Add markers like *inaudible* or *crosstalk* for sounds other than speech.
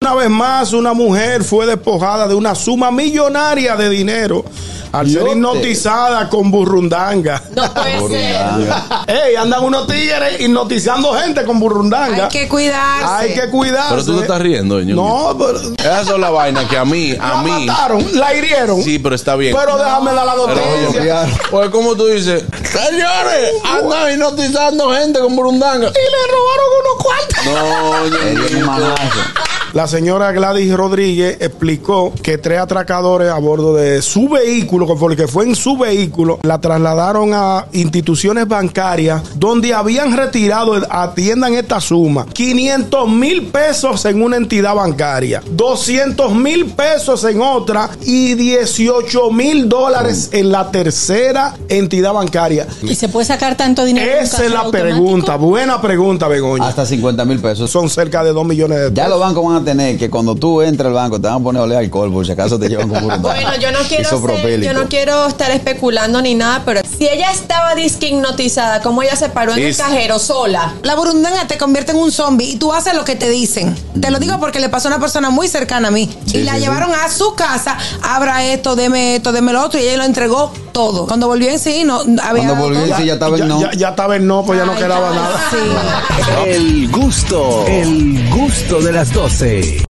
Una vez más, una mujer fue despojada de una suma millonaria de dinero al ser Yote. hipnotizada con *laughs* burrundanga. No puede ser. ¡Ey! Andan unos tigres hipnotizando gente con burrundanga. Hay que cuidarse. Ah, Hay que cuidarse. Pero tú te estás riendo, ñoño. No, pero. Esa es la vaina que a mí, a La mí. mataron, la hirieron. Sí, pero está bien. Pero déjame dar la Pero, noticia. Pues como tú dices, señores, andan hipnotizando gente con burundanga. Y le robaron unos cuartos. No, ñoñito. La señora Gladys Rodríguez explicó que tres atracadores a bordo de su vehículo, porque fue en su vehículo, la trasladaron a instituciones bancarias donde habían retirado, atiendan esta suma, 500 mil pesos en una entidad bancaria, 200 mil pesos en otra y 18 mil dólares en la tercera entidad bancaria. ¿Y se puede sacar tanto dinero? en Esa un es cajero la automático? pregunta, buena pregunta, Begoña. Hasta 50 mil pesos. Son cerca de 2 millones de dólares. Ya los bancos van a tener que cuando tú entres al banco te van a poner a oler alcohol por si acaso te llevan con burundanga. Bueno, yo no quiero ser- yo Isopropílico. no quiero estar especulando ni nada, pero si ella estaba disque hipnotizada, ¿cómo ella se paró en Es- el cajero sola? La burundanga te convierte en un zombie y tú haces lo que te dicen. Te lo digo porque le pasó a una persona muy cercana a mí. y la llevaron a su casa. Abra esto, deme esto, deme lo otro. Y ella lo entregó todo. Cuando volvió en sí, no había. Cuando dado volvió en todo. sí ya estaba en no. Ya, ya estaba en no, pues ya no Ay, quedaba ya. nada. Sí. El gusto, el gusto de las 12.